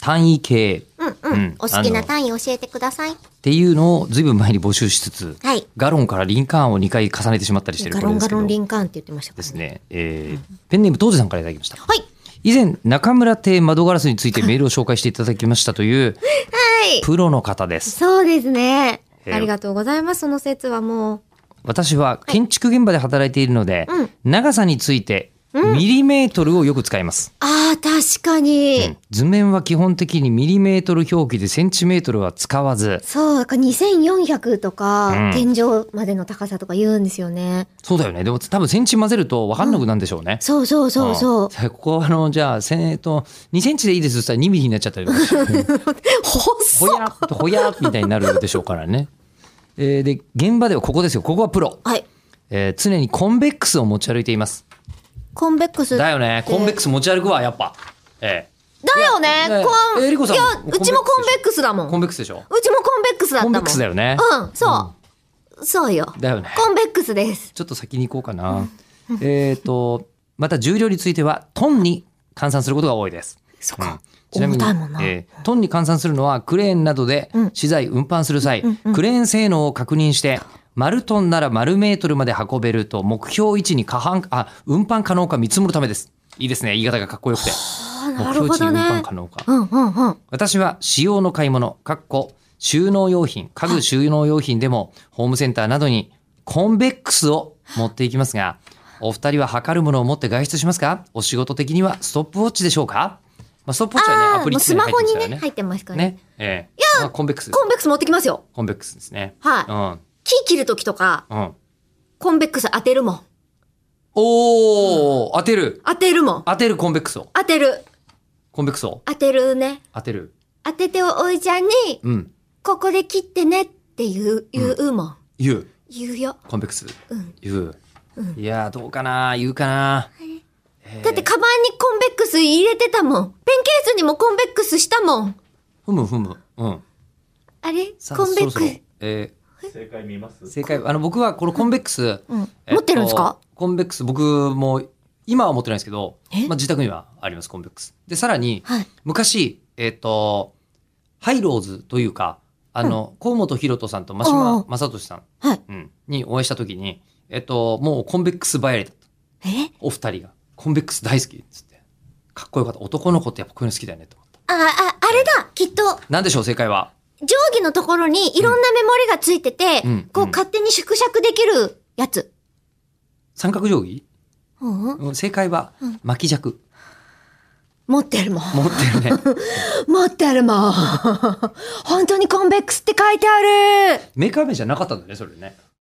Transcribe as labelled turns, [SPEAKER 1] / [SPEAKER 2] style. [SPEAKER 1] 単位系
[SPEAKER 2] うんうん。
[SPEAKER 1] うん
[SPEAKER 2] お好き
[SPEAKER 1] あ
[SPEAKER 2] な
[SPEAKER 1] の
[SPEAKER 2] 単位教えてください。
[SPEAKER 1] っていうのをずいぶん前に募集しつつ、
[SPEAKER 2] はい
[SPEAKER 1] ガロンからリンカーンを2回重ねてしまったりしてる
[SPEAKER 2] ガロンガロンリ
[SPEAKER 1] ン
[SPEAKER 2] ンカーンって言ってましたか
[SPEAKER 1] で
[SPEAKER 2] ら
[SPEAKER 1] す。ね、えーペンネーム当時さんからいただきました
[SPEAKER 2] はい。
[SPEAKER 1] 以前中村亭窓ガラスについてメールを紹介していただきましたという
[SPEAKER 2] はい。
[SPEAKER 1] プロの方です
[SPEAKER 2] そうですね。
[SPEAKER 1] えー
[SPEAKER 2] ありがとうございます。その説はもう。
[SPEAKER 1] 私は建築現場で働いているので、
[SPEAKER 2] うん
[SPEAKER 1] 長さについてミリメートルをよく使います、
[SPEAKER 2] ああ、確かに。
[SPEAKER 1] 図面は基本的にミリメートル表記でセンチメートルは使わず
[SPEAKER 2] そう、だから2400とか、
[SPEAKER 1] うん
[SPEAKER 2] 天井までの高さとか言うんですよね。
[SPEAKER 1] そうだよねでも多分センチ混ぜると分かんなくなるんでしょうね、
[SPEAKER 2] そうそうそうそう。
[SPEAKER 1] んここはあのじゃあせんえっと2センチでいいですとしたら2ミリになっちゃったりとかしてほ
[SPEAKER 2] 細っ
[SPEAKER 1] やっとほやっみたいになるでしょうから ね。えーで現場ではここですよここはプロ、
[SPEAKER 2] はい。
[SPEAKER 1] えー常にコンベックスを持ち歩いています
[SPEAKER 2] コンベックス。
[SPEAKER 1] だよねコンベックス持ち歩くわやっぱ、え
[SPEAKER 2] だよね
[SPEAKER 1] いや
[SPEAKER 2] コン。
[SPEAKER 1] えりこさん
[SPEAKER 2] いや、
[SPEAKER 1] も
[SPEAKER 2] うちもコンベックスだも
[SPEAKER 1] ー
[SPEAKER 2] ん。うち
[SPEAKER 1] コンベ
[SPEAKER 2] も
[SPEAKER 1] ックスでしょ
[SPEAKER 2] コンベックスだった
[SPEAKER 1] コ
[SPEAKER 2] も
[SPEAKER 1] ンベ
[SPEAKER 2] ん。
[SPEAKER 1] ックスだよね、
[SPEAKER 2] うん、そう。そうよ。
[SPEAKER 1] だよね
[SPEAKER 2] コンベックスです。
[SPEAKER 1] ちょっと先に行こうかなえっとまた重量についてはトンに換算することが多いです
[SPEAKER 2] そっ
[SPEAKER 1] うん
[SPEAKER 2] か。重たいもんな。
[SPEAKER 1] えートンに換算するのはクレーンなどで
[SPEAKER 2] うん
[SPEAKER 1] 資材運搬する際、
[SPEAKER 2] うんうん
[SPEAKER 1] クレーン性能を確認して丸トンなら丸メートルまで運べると目標位置に過半あ運搬可能か見積もるためですいいですね言い方がかっこよくて
[SPEAKER 2] あー
[SPEAKER 1] 目
[SPEAKER 2] なる
[SPEAKER 1] 標
[SPEAKER 2] ほ
[SPEAKER 1] 値に
[SPEAKER 2] ど
[SPEAKER 1] 運搬
[SPEAKER 2] ね
[SPEAKER 1] 可。能か、
[SPEAKER 2] うんうんうん。
[SPEAKER 1] 私は使用の買い物かっこ収納用品家具収納用品でもホームセンターなどにコンベックスを持っていきますがお二人は測るものを持って外出しますかお仕事的にはストップウォッチでしょうか、まあ、ストップウォッチはね
[SPEAKER 2] あ
[SPEAKER 1] ア
[SPEAKER 2] あ、
[SPEAKER 1] プ
[SPEAKER 2] も
[SPEAKER 1] リ
[SPEAKER 2] う
[SPEAKER 1] つ
[SPEAKER 2] ス
[SPEAKER 1] いて
[SPEAKER 2] マ
[SPEAKER 1] 入って
[SPEAKER 2] ホ
[SPEAKER 1] ま
[SPEAKER 2] に
[SPEAKER 1] すから
[SPEAKER 2] ね、
[SPEAKER 1] ね
[SPEAKER 2] 入ってますからね
[SPEAKER 1] ね。、ええまあコンベックス
[SPEAKER 2] コンベックス持ってきますよ。
[SPEAKER 1] コンベックスですね。
[SPEAKER 2] はい
[SPEAKER 1] うん
[SPEAKER 2] 木切るときとか、
[SPEAKER 1] うん。
[SPEAKER 2] コンベックス当てるもん。
[SPEAKER 1] おお、当てる
[SPEAKER 2] 当てるもん。
[SPEAKER 1] 当てるコンベックスを
[SPEAKER 2] 当てる。
[SPEAKER 1] コンベックスを
[SPEAKER 2] 当てるね。
[SPEAKER 1] 当てる。
[SPEAKER 2] 当てておいちゃんに、
[SPEAKER 1] うん。
[SPEAKER 2] ここで切ってねって言う、言うもん。
[SPEAKER 1] 言う
[SPEAKER 2] 言うよ。
[SPEAKER 1] コンベックス
[SPEAKER 2] うん。
[SPEAKER 1] 言う。いやーどうかな言うかな。えー
[SPEAKER 2] だって、カバンにコンベックス入れてたもん。ペンケースにもコンベックスしたもん。
[SPEAKER 1] ふむふむ。うん。
[SPEAKER 2] あれ
[SPEAKER 1] さあ
[SPEAKER 2] コンベック
[SPEAKER 1] そ
[SPEAKER 2] ス。
[SPEAKER 1] ろそろえ
[SPEAKER 3] 正解見ます
[SPEAKER 1] ー正解あの僕はこのコンベックス、
[SPEAKER 2] うん
[SPEAKER 1] えっと
[SPEAKER 2] 持ってるんですか
[SPEAKER 1] コンベックス僕も今は持ってないんですけど
[SPEAKER 2] え、
[SPEAKER 1] まあ自宅にはありますコンベックス。でさらに
[SPEAKER 2] はい。
[SPEAKER 1] 昔、えっ、と、ハイローズというか、あの、河本ひろとさんと真
[SPEAKER 2] おうお
[SPEAKER 1] 島
[SPEAKER 2] う
[SPEAKER 1] 正俊さん、
[SPEAKER 2] はい
[SPEAKER 1] うんにお会いしたときに、えっ、と、もうコンベックスバイりだった。
[SPEAKER 2] え
[SPEAKER 1] お二人が。コンベックス大好きっつって。かっこよかった。男の子ってやっぱこういうの好きだよねと思った。
[SPEAKER 2] あ、あ、あれだきっと、
[SPEAKER 1] なんでしょう、正解は。
[SPEAKER 2] 定規のところにいろんなメモリがついてて、
[SPEAKER 1] うん
[SPEAKER 2] こう
[SPEAKER 1] うん
[SPEAKER 2] 勝手に縮尺できるやつ。
[SPEAKER 1] 三角定規、
[SPEAKER 2] うんうん
[SPEAKER 1] うん、正解は
[SPEAKER 2] うん、
[SPEAKER 1] 巻き尺。
[SPEAKER 2] 持ってるもん。
[SPEAKER 1] 持ってるね。
[SPEAKER 2] 持ってるもん。本当にコンベックスって書いてある。
[SPEAKER 1] メーカー名じゃなかったんだね、それね。